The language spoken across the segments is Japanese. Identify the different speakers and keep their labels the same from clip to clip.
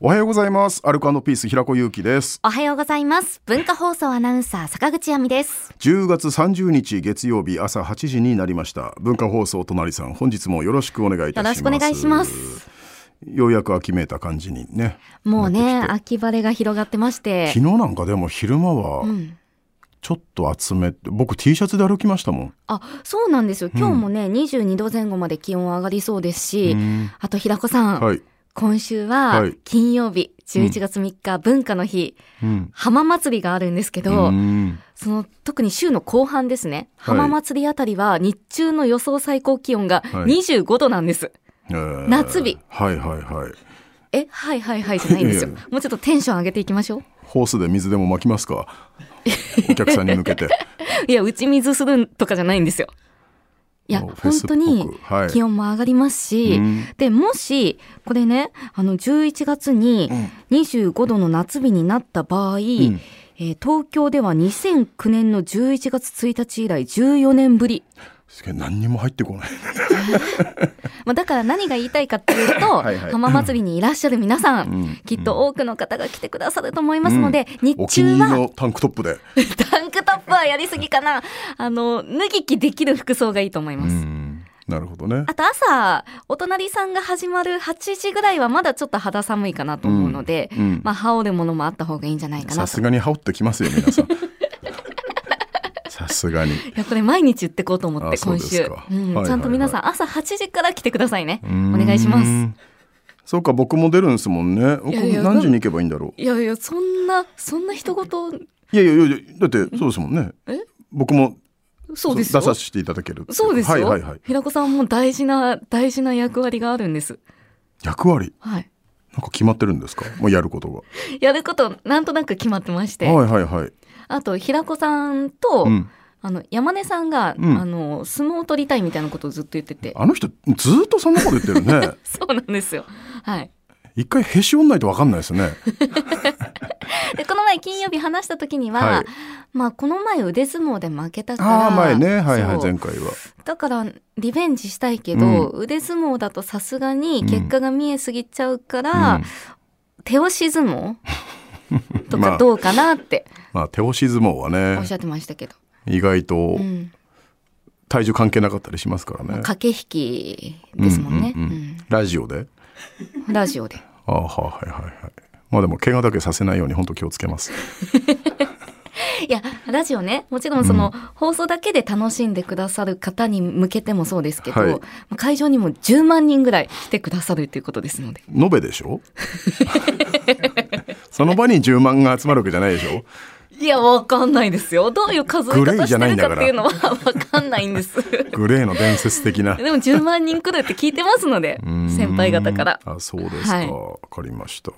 Speaker 1: おはようございますアルコピース平子祐希です
Speaker 2: おはようございます文化放送アナウンサー坂口亜美です
Speaker 1: 10月30日月曜日朝8時になりました文化放送隣さん本日もよろしくお願いいたします
Speaker 2: よろしくお願いします
Speaker 1: ようやく秋めいた感じにね
Speaker 2: もうね
Speaker 1: なって
Speaker 2: 秋晴れが広がってまし
Speaker 1: き
Speaker 2: て
Speaker 1: て昨日なんかでも昼間は
Speaker 2: うん
Speaker 1: ちょっと厚め、僕 T シャツで歩きましたもん
Speaker 2: あそうなんですよ今日もね、22度前後まで気温上がりそうですし、
Speaker 1: うん
Speaker 2: あと平子さん、
Speaker 1: はい、
Speaker 2: 今週
Speaker 1: は
Speaker 2: はい金曜日11月3日文化の日、
Speaker 1: うん
Speaker 2: 浜祭りがあるんですけど、
Speaker 1: うん
Speaker 2: その特に週の後半ですね
Speaker 1: はい
Speaker 2: 浜祭りあたりは日中の予想最高気温が
Speaker 1: はい
Speaker 2: 25度なんです、
Speaker 1: えー
Speaker 2: 夏日
Speaker 1: はいはいはい
Speaker 2: えはいはいはいじゃないんですよ
Speaker 1: いや
Speaker 2: もうちょっとテンション上げていきましょう
Speaker 1: ホースで水でも巻きますかお客さんに向け て
Speaker 2: いや打ち水するとかじゃないんですよいや
Speaker 1: もうフェ
Speaker 2: 本
Speaker 1: スっぽ
Speaker 2: 当
Speaker 1: く
Speaker 2: に
Speaker 1: はい
Speaker 2: 気温も上がりますし、
Speaker 1: うん
Speaker 2: でもしこれねあの11月に25度の夏日になった場合、
Speaker 1: ん
Speaker 2: えー東京では2009年の11月1日以来14年ぶり、
Speaker 1: すげえ何にも入ってこない
Speaker 2: まあ、だから何が言いたいかっていうと
Speaker 1: はいはい
Speaker 2: 浜祭りにいらっしゃる皆さん、
Speaker 1: うん
Speaker 2: きっと多くの方が来てくださると思いますので、
Speaker 1: お
Speaker 2: 日
Speaker 1: 気に
Speaker 2: 中
Speaker 1: 入りの
Speaker 2: は
Speaker 1: タンクトップ で
Speaker 2: タンクトップはやりすぎかなあの脱ぎ着できる服装がいいと思います。
Speaker 1: うんなるほどね
Speaker 2: あと朝、お隣さんが始まる8時ぐらいはまだちょっと肌寒いかなと思うので、
Speaker 1: うんうん
Speaker 2: まあ羽織るものもあった方がいいんじゃないかな
Speaker 1: さ
Speaker 2: と。
Speaker 1: す
Speaker 2: い
Speaker 1: がに羽織ってきますよ皆さ んさすがに
Speaker 2: や、これ毎日言ってこうと思って
Speaker 1: あそう
Speaker 2: 今
Speaker 1: です
Speaker 2: 週。
Speaker 1: か
Speaker 2: うん
Speaker 1: はい
Speaker 2: ちゃんと皆さん朝8時から来てくださいね。お願いします。
Speaker 1: そうか僕も出るんですもんね僕
Speaker 2: いやいや
Speaker 1: 何時に行けばいいんだろう
Speaker 2: いやいや、そんな、そんな人ごと、
Speaker 1: いやいやいやいやだってそうですもんね
Speaker 2: え
Speaker 1: 僕も
Speaker 2: そうです
Speaker 1: 出
Speaker 2: よ。
Speaker 1: させていただけるってい
Speaker 2: そうですよ、
Speaker 1: はいはいはい
Speaker 2: 平子さんも大事な、大事な役割があるんです。
Speaker 1: 役割
Speaker 2: はい。
Speaker 1: なんか決まってるんですかもうやることが
Speaker 2: やること、なんとなく決まってまして。
Speaker 1: はいはいはい
Speaker 2: あと、平子さんと、
Speaker 1: うん
Speaker 2: あの山根さんが、
Speaker 1: うん
Speaker 2: あの相撲を取りたいみたいなことをずっと言ってて
Speaker 1: あの人ずっとそんなこと言ってる ね
Speaker 2: そうなんですよはい
Speaker 1: 一回へし折んないとわかんないですね
Speaker 2: でこの前金曜日話した時には、
Speaker 1: はい
Speaker 2: まあこの前腕相撲で負けたから
Speaker 1: ああ前ねはいはい
Speaker 2: そう
Speaker 1: 前回は
Speaker 2: だからリベンジしたいけど、腕相撲だとさすがに結果が見えすぎちゃうから、
Speaker 1: うん
Speaker 2: 手押し 相撲と
Speaker 1: ま
Speaker 2: か
Speaker 1: あ
Speaker 2: どうかなって
Speaker 1: まあ手押し相撲は
Speaker 2: おっ
Speaker 1: ね
Speaker 2: しゃってましたけど、
Speaker 1: 意外と
Speaker 2: うん
Speaker 1: 体重関係なかったりしますから
Speaker 2: まあ
Speaker 1: ね、
Speaker 2: 駆け引きですもんね、
Speaker 1: うんうんうんラジオで
Speaker 2: うんラジオで
Speaker 1: ああははいはいはいまあでも怪我だけさせないように本当気をつけます
Speaker 2: いや、ラジオね、もちろんその、放送だけで楽しんでくださる方に向けてもそうですけど、
Speaker 1: はい
Speaker 2: まあ会場にも10万人ぐらい来てくださるということですので。
Speaker 1: 延べでし ょその場に10万が集まるわけじゃないでしょ
Speaker 2: いや、わかんないですよ。どういう数え
Speaker 1: グレ
Speaker 2: 方
Speaker 1: ー
Speaker 2: し
Speaker 1: じゃな
Speaker 2: て
Speaker 1: いん
Speaker 2: る
Speaker 1: だ
Speaker 2: か
Speaker 1: から
Speaker 2: っていうのはわかんない んです。で
Speaker 1: グレーの伝説的な
Speaker 2: も10万人来るって聞いてます ので、先輩方から。
Speaker 1: あそうですか、
Speaker 2: はい
Speaker 1: わかりました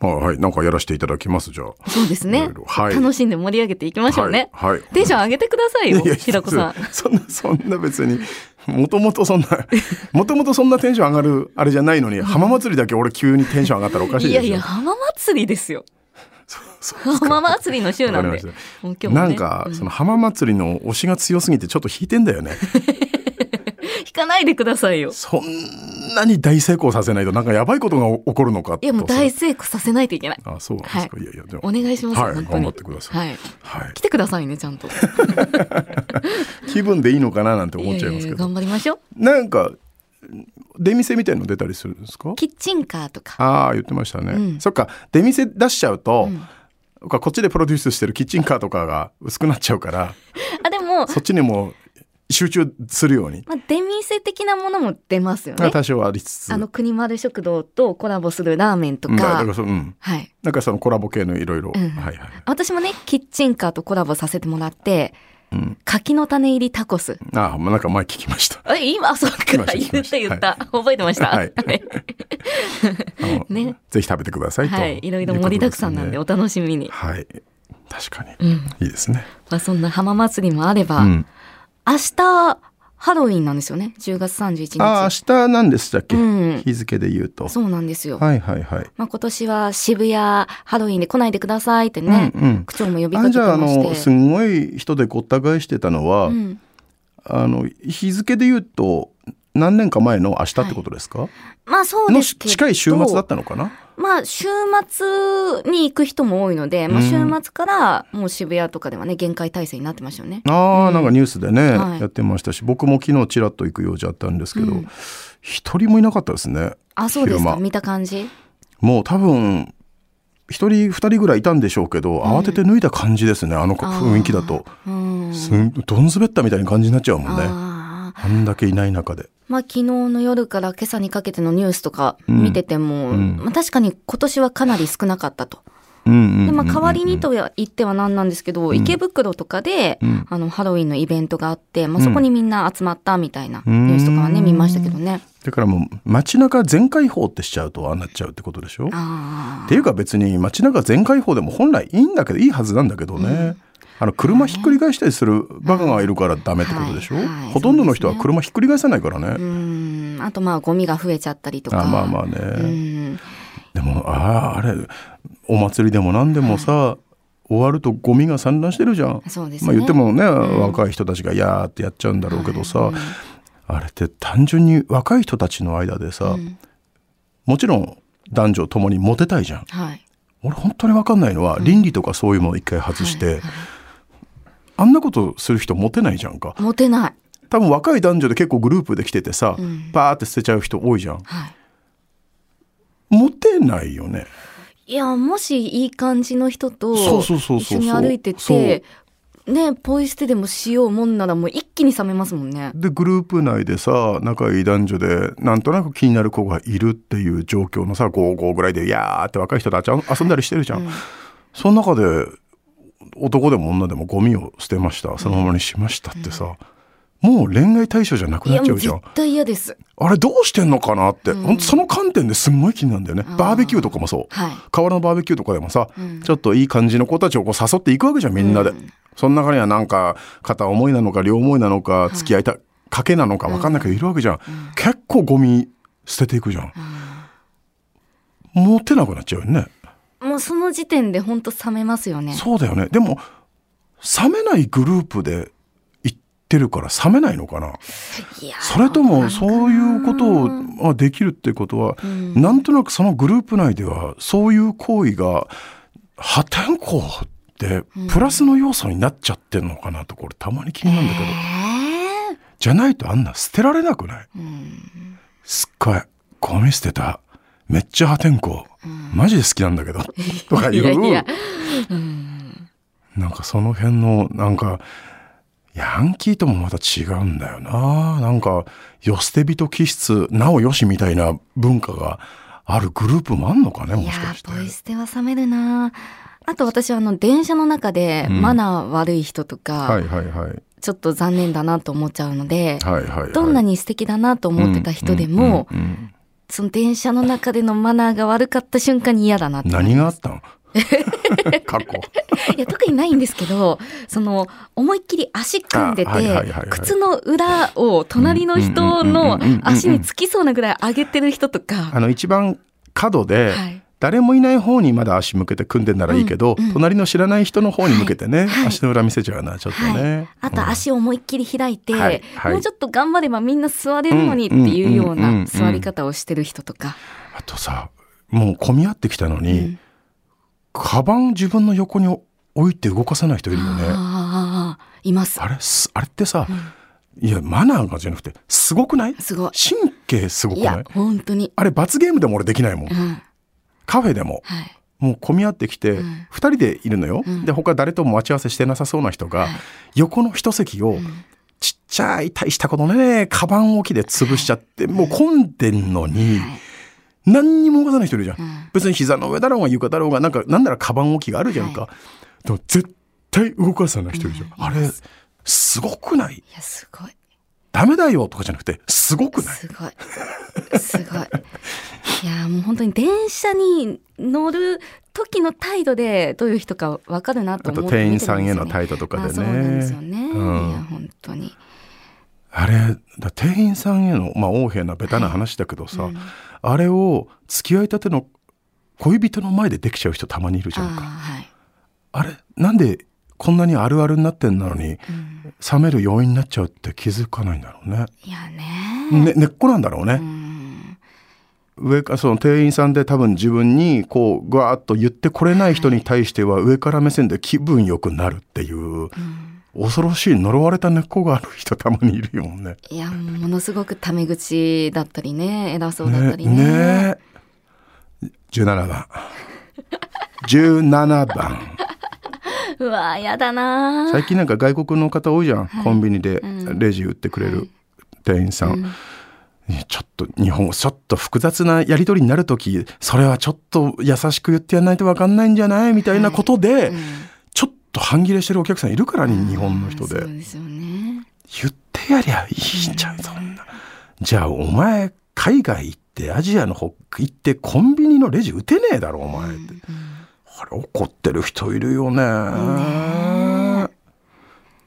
Speaker 1: あはいなんかやらせていただきますじゃあ
Speaker 2: そうです
Speaker 1: い
Speaker 2: ね
Speaker 1: ろいろ。はい
Speaker 2: 楽しんで盛り上げていきましょうね。
Speaker 1: はいはい
Speaker 2: テンション上げてくださいよ、
Speaker 1: いや
Speaker 2: ひらこさん。
Speaker 1: そんなそんな別にもともとそんな もともとそんなテンション上がるあれじゃないのに浜祭りだけ俺急にテンション上がったらおかしい
Speaker 2: い
Speaker 1: でしょ
Speaker 2: やいや、浜祭りですよ。
Speaker 1: そうそう
Speaker 2: 浜祭りの週なん
Speaker 1: わ
Speaker 2: で。
Speaker 1: かりま
Speaker 2: もう今日もね
Speaker 1: なんか、その浜祭りの推しが強すぎてちょっと引いてんだよ ね
Speaker 2: 引かないでくださいよ。
Speaker 1: そんなに大成功させないとなんかやばいことが起こるのかと
Speaker 2: いやもう大成功させないといけない。
Speaker 1: あそうなんですか、
Speaker 2: はい
Speaker 1: い、やいやでも
Speaker 2: お願いしますよ、
Speaker 1: はい
Speaker 2: 本当
Speaker 1: 頑
Speaker 2: に。
Speaker 1: 張ってください、
Speaker 2: はい。
Speaker 1: はい
Speaker 2: 来てくださいね、ちゃんと。
Speaker 1: 気分でいいのかななんて思っちゃいます
Speaker 2: やや
Speaker 1: け
Speaker 2: や
Speaker 1: ど
Speaker 2: 頑張りましょう。
Speaker 1: なんか出店みたいの出たりするんですか
Speaker 2: キッチンカーとか。
Speaker 1: ああ言ってましたね、
Speaker 2: うん
Speaker 1: そっか出店出しちゃうと、こっちでプロデュースしてるキッチンカーとかが薄くなっちゃうから
Speaker 2: あ、でも、
Speaker 1: そっちにも集中するように、
Speaker 2: まあ、出店的なものも出ますよ
Speaker 1: まあ
Speaker 2: ね。
Speaker 1: 多少ありつつ
Speaker 2: あの、国丸食堂とコラボするラーメンと
Speaker 1: うんだだ
Speaker 2: か。
Speaker 1: からそううん
Speaker 2: はい。
Speaker 1: なんかそのコラボ系のいろいろ
Speaker 2: うん
Speaker 1: はいはい
Speaker 2: 私もね、キッチンカーとコラボさせてもらって、
Speaker 1: うん
Speaker 2: 柿の種入りタコス。
Speaker 1: ああまあなんか前聞きました
Speaker 2: え、今、そうか、
Speaker 1: きました聞き
Speaker 2: 言
Speaker 1: ま
Speaker 2: っ
Speaker 1: した
Speaker 2: た言った。覚えてました。
Speaker 1: はい
Speaker 2: はい。
Speaker 1: あの、
Speaker 2: ね
Speaker 1: ぜひ食べてくださいと
Speaker 2: はい。いろいろ盛りだくさんなんで、
Speaker 1: いう
Speaker 2: お
Speaker 1: こ
Speaker 2: 楽しみに。
Speaker 1: とですねはい確かに、
Speaker 2: うん。
Speaker 1: いいですね
Speaker 2: まあ、そんな浜祭りもあれば、
Speaker 1: うん
Speaker 2: 明日ハロウィンなんですよね10月31日
Speaker 1: ああ明日なんでしたっけ、
Speaker 2: うん
Speaker 1: 日付で言うと
Speaker 2: そうなんですよ、
Speaker 1: はいはいはい
Speaker 2: まあ、今年は渋谷ハロウィンで来ないでくださいってね、
Speaker 1: うんうん
Speaker 2: 区長も呼びか
Speaker 1: あ
Speaker 2: け
Speaker 1: じ
Speaker 2: て
Speaker 1: ゃああ
Speaker 2: まして
Speaker 1: のすんごい人でごった返してたのは、
Speaker 2: うん、
Speaker 1: あの日付で言うと何年か前の明日ってことですか、
Speaker 2: まあそう
Speaker 1: の
Speaker 2: ですけど
Speaker 1: 近い週末だったのかな
Speaker 2: まあ、週末に行く人も多いので、まあ、
Speaker 1: うん
Speaker 2: 週末からもう渋谷とかではね、限界体制になってましたよね。
Speaker 1: あ
Speaker 2: う
Speaker 1: あ
Speaker 2: ん
Speaker 1: なんかニュースでね、
Speaker 2: はい
Speaker 1: やってましたし僕も昨日ちらっと行く用事あったんですけど
Speaker 2: うん
Speaker 1: 一、人もいなかったですね
Speaker 2: あ、そうです
Speaker 1: 昼
Speaker 2: か。
Speaker 1: 間
Speaker 2: 見た感じ。
Speaker 1: もう多分一人二人ぐらいいたんでしょうけど慌てて脱いだ感じですね、あの
Speaker 2: あー
Speaker 1: 雰囲気だと、
Speaker 2: うん。
Speaker 1: すんどん滑ったみたいな感じになっちゃうもんねあ
Speaker 2: ああ。
Speaker 1: んだけいない中で
Speaker 2: まあ、昨日の夜から今朝にかけてのニュースとか見てても、
Speaker 1: うん
Speaker 2: まあ、確かに今年はかなり少なかったと。
Speaker 1: うんうんうんうん
Speaker 2: でまあ、代わりにとは言ってはなんなんですけど、池袋とかで、
Speaker 1: うん
Speaker 2: あのハロウィンのイベントがあって、ま
Speaker 1: う
Speaker 2: あ、
Speaker 1: ん
Speaker 2: そこにみんな集まったみたいな
Speaker 1: うん
Speaker 2: ニュースとかはね、見ましたけどね。
Speaker 1: だからもう街中全開放ってしちゃうとああなっちゃうってことでしょ
Speaker 2: あ
Speaker 1: って
Speaker 2: あ
Speaker 1: いうか別に街中全開放でも本来いいんだけどいいはずなんだけどね、
Speaker 2: うん
Speaker 1: あの車ひっくり返したりするバカがいるからダメってことでしょ、
Speaker 2: はいはい
Speaker 1: ほとんどの人は
Speaker 2: そうですね
Speaker 1: 車ひっくり返さないからね、
Speaker 2: うんあとまあゴミが増えちゃったりとか
Speaker 1: あまあまあね、
Speaker 2: うん
Speaker 1: でもあああれお祭りでも何でもさ、終わるとゴミが散乱してるじゃん、
Speaker 2: そうですね、
Speaker 1: まあ、言ってもね、
Speaker 2: ん
Speaker 1: 若い人たちが「やー」ってやっちゃうんだろうけどさ、
Speaker 2: はい
Speaker 1: あれって単純に若い人たちの間でさ、
Speaker 2: うん
Speaker 1: もちろん男女ともにモテたいじゃん
Speaker 2: はい
Speaker 1: 俺本当に分かんないのは、倫理とかそういうものを一回外して、
Speaker 2: はいは
Speaker 1: あんなことする人モテないじゃんか
Speaker 2: いモテない、
Speaker 1: 多分若い男女で結構グループで来ててさ、
Speaker 2: うん
Speaker 1: パーって捨てちゃう人多いじゃん
Speaker 2: はい、
Speaker 1: モテないよね
Speaker 2: いやもしいい感じの人と
Speaker 1: そうそうそうそう
Speaker 2: 一緒に歩いててねポイ捨てでもしようもんならもう一気に冷めますもんね
Speaker 1: でグループ内でさ仲いい男女でなんとなく気になる子がいるっていう状況のさ55ぐらいで「いやー」って若い人たち遊んだりしてるじゃん、
Speaker 2: うん
Speaker 1: その中で男でも女でもゴミを捨てましたそのままにしましたってさ、もう恋愛対象じゃなく
Speaker 2: い
Speaker 1: な
Speaker 2: や
Speaker 1: っち
Speaker 2: も
Speaker 1: ゃ
Speaker 2: う
Speaker 1: うじゃ
Speaker 2: 絶
Speaker 1: ん
Speaker 2: 対嫌です
Speaker 1: あれどうしてんのかなって、
Speaker 2: ん
Speaker 1: ほんとその観点ですんごい気になるんだよね
Speaker 2: あー
Speaker 1: バーベキューとかもそう
Speaker 2: はい
Speaker 1: 河原のバーベキューとかでもさ、
Speaker 2: うん
Speaker 1: ちょっといい感じの子たちをこう誘っていくわけじゃんみんなで、
Speaker 2: うん
Speaker 1: その中にはなんか片思いなのか両思いなのか付き合いた、賭けなのか分かんないけどいるわけじゃん、結構ゴミ捨てていくじゃん、モテなくなっちゃうよね
Speaker 2: もうその時点で本当冷めますよね
Speaker 1: そうだよねでも冷めないグループで行ってるから冷めないのかない
Speaker 2: やー
Speaker 1: それともそういうことを
Speaker 2: うん
Speaker 1: まあできるってことは、なんとなくそのグループ内ではそういう行為が破天荒でプラスの要素になっちゃってるのかなとこれたまに気になるんだけど、
Speaker 2: えー
Speaker 1: じゃないとあんな捨てられなくない
Speaker 2: うん
Speaker 1: すっごいゴミ捨てためっちゃ破天荒、マジで好きなんだけどとか いう
Speaker 2: いやいやうん
Speaker 1: なんかその辺のなんかヤンキーともまた違うんだよななんか世捨て人気質なおよしみたいな文化があるグループもあんのかね
Speaker 2: い
Speaker 1: も
Speaker 2: や
Speaker 1: しかし
Speaker 2: ー
Speaker 1: て
Speaker 2: ポイ捨ては冷めるなあと私はあの電車の中で
Speaker 1: うん
Speaker 2: マナー悪い人とか、
Speaker 1: はいはいはい
Speaker 2: ちょっと残念だなと思っちゃうので、
Speaker 1: はいはいはい
Speaker 2: どんなに素敵だなと思ってた人でも、
Speaker 1: うんうんうん
Speaker 2: その電車の中でのマナーが悪かった瞬間に嫌だなって
Speaker 1: 何があった の過去
Speaker 2: いや特にないんですけどその思いっきり足組んでて、
Speaker 1: あはいはいはいはい
Speaker 2: 靴の裏を隣の人の足につきそうなぐらい上げてる人とか、
Speaker 1: あの一番角で
Speaker 2: はい、
Speaker 1: 誰もいない方にまだ足向けて組んでんならいいけど、
Speaker 2: うんうん
Speaker 1: 隣の知らない人の方に向けてね、
Speaker 2: はい
Speaker 1: 足の裏見せちゃうなちょっと
Speaker 2: は
Speaker 1: ね
Speaker 2: い、、あと
Speaker 1: うん
Speaker 2: 足を思いっきり開いて、
Speaker 1: はいはい
Speaker 2: もうちょっと頑張ればみんな座れるのにっていうよう
Speaker 1: うんうんうんう
Speaker 2: なん座り方をしてる人とか、
Speaker 1: あとさもう混み合ってきたのに、
Speaker 2: うん
Speaker 1: カバン自分の横に置いて動かさない人いるよね。
Speaker 2: ああいます
Speaker 1: あれすあれってさ、いやマナーがじゃなくてすごくない
Speaker 2: すごい
Speaker 1: 神経すごく
Speaker 2: い
Speaker 1: な
Speaker 2: や
Speaker 1: い
Speaker 2: 本当に、
Speaker 1: あれ罰ゲームでも俺できないもん
Speaker 2: うん、はい
Speaker 1: カフェでももう混み合ってきて、二
Speaker 2: ん
Speaker 1: 人でいるのよ、
Speaker 2: うん
Speaker 1: で他誰とも待ち合わせしてなさそうな人が、
Speaker 2: はい
Speaker 1: 横の一席を、ちっちゃい大したことのねカバン置きで潰しちゃって、もう混んでんのに、
Speaker 2: はい
Speaker 1: 何にも動かさない人いるじゃん、
Speaker 2: うん
Speaker 1: 別に膝の上だろうが床だろうがなんかなんならカバン置きがあるじゃんか、
Speaker 2: は
Speaker 1: でも絶対動かさない人いるじゃん、
Speaker 2: うん
Speaker 1: あれすごくない
Speaker 2: いやすごい
Speaker 1: ダメだよとかじゃなくてすごくない
Speaker 2: すごいすごいいやもう本当に電車に乗る時の態度でどういう人か分かるなと
Speaker 1: あ
Speaker 2: 思
Speaker 1: と
Speaker 2: って
Speaker 1: 店員さんへの
Speaker 2: 度
Speaker 1: 態度と
Speaker 2: と
Speaker 1: かで
Speaker 2: そうなんですよ
Speaker 1: ね
Speaker 2: ね、
Speaker 1: うん
Speaker 2: いや本当に
Speaker 1: あれだ店員さんへのまあ横柄なベタな話だけどさ、
Speaker 2: うん
Speaker 1: あれを付き合いたての恋人の前でできちゃう人たまにいるじ
Speaker 2: あ
Speaker 1: ゃ
Speaker 2: あ
Speaker 1: んか
Speaker 2: はい、
Speaker 1: あれなんでこんなにあるあるになってんのに
Speaker 2: うん
Speaker 1: 冷める要因になっちゃうって気づかないんだろうね、
Speaker 2: いやね
Speaker 1: ね根っこなんだろうね、
Speaker 2: うん
Speaker 1: 上かその店員さんで多分自分にこうぐわーっと言ってこれない人に対しては上から目線で気分よくなるっていう恐ろしい呪われた根っこがある人たまにいるよね。
Speaker 2: いやものすごくタメ口だったりね偉そうだっ
Speaker 1: ね
Speaker 2: たりね
Speaker 1: ね17番17番
Speaker 2: うわーやだなー
Speaker 1: 最近なんか外国の方多いじゃん、コンビニでレジ売ってくれる店員さん、ちょっと日本ちょっと複雑なやり取りになる時それはちょっと優しく言ってやんないと分かんないんじゃないみたいなことで、
Speaker 2: うん
Speaker 1: ちょっと半切れしてるお客さんいるからに日本の人で、
Speaker 2: そうですよね
Speaker 1: 言ってやりゃいいんじゃんそんなじゃあお前海外行ってアジアの方行ってコンビニのレジ打てねえだろお前って、あれ怒ってる人いるよね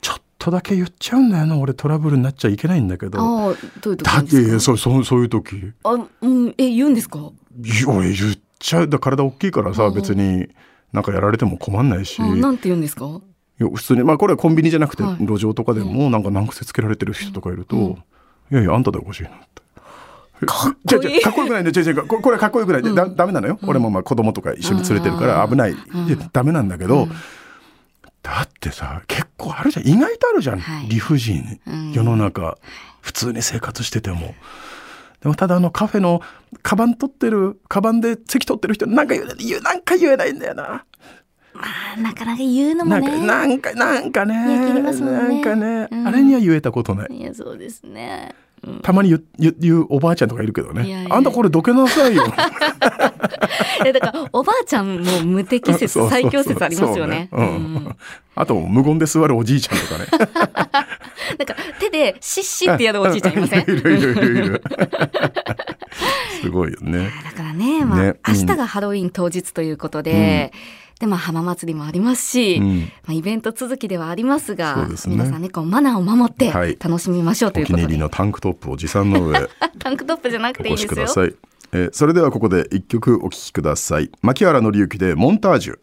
Speaker 1: ちょっとだけ言っちゃうんだよな俺トラブルになっちゃいけないんだけど
Speaker 2: ああどういうと
Speaker 1: だ
Speaker 2: こ
Speaker 1: っ
Speaker 2: ですか
Speaker 1: てそうそうそういう時
Speaker 2: あ、うん、え、言うんですか。
Speaker 1: い俺言っちゃうだ体大きいからさ
Speaker 2: うん
Speaker 1: 別になんかやられても困んないし
Speaker 2: あ、なんて言うんですか。
Speaker 1: いや普通にまあこれはコンビニじゃなくて
Speaker 2: はい
Speaker 1: 路上とかでもなんか難癖つけられてる人とかいると「いやいやあんただよおかしいな」って。かっ
Speaker 2: こいい
Speaker 1: かっこよくないんで、違う違うここれはかっこよくないで、だダメなのよ、俺もまあ子供とか一緒に連れてるから危ない、いやダメなんだけど、だってさ結構あるじゃん意外とあるじゃん、
Speaker 2: はい
Speaker 1: 理不尽、
Speaker 2: うん
Speaker 1: 世の中普通に生活してても。でもただあのカフェのカバン取ってるカバンで席取ってる人なんか言う言うなんか言えないんだよな
Speaker 2: まあ、なかなか言うのも
Speaker 1: なんか
Speaker 2: ね。
Speaker 1: なんかなんかね
Speaker 2: や切りますもんね
Speaker 1: なんかね、
Speaker 2: うん
Speaker 1: あれには言えたことない
Speaker 2: いや、そうですね。うん
Speaker 1: たまに言う言う言うおばあちゃんとかいるけどね
Speaker 2: いやいや
Speaker 1: あんたこれどけなさい よ
Speaker 2: え、だから、おばあちゃんも無敵説、
Speaker 1: そうそうそう
Speaker 2: 最強説ありますよね。
Speaker 1: そうねうんあと無言で座るおじいちゃんとかね
Speaker 2: なんか、手で、シッシッってやるおじいちゃんいませ ん。
Speaker 1: いるいるいるいるすごいよね
Speaker 2: だからね、まあ、
Speaker 1: ねうん
Speaker 2: 明日がハロウィン当日ということで。で、まあ、浜祭りもありますし。
Speaker 1: うん
Speaker 2: まあ、イベント続きではありますが
Speaker 1: そうですね
Speaker 2: 皆さんねこうマナーを守って
Speaker 1: はい
Speaker 2: 楽しみましょうと
Speaker 1: お
Speaker 2: いう
Speaker 1: 気
Speaker 2: こ
Speaker 1: に
Speaker 2: と
Speaker 1: 入
Speaker 2: で、
Speaker 1: りのタンクトップを持参の上
Speaker 2: タンクトップじゃなく
Speaker 1: お
Speaker 2: ていい
Speaker 1: 越
Speaker 2: で
Speaker 1: し
Speaker 2: す
Speaker 1: くださ
Speaker 2: よ
Speaker 1: い、えーそれではここで一曲お聴きください牧原紀之でモンタージュ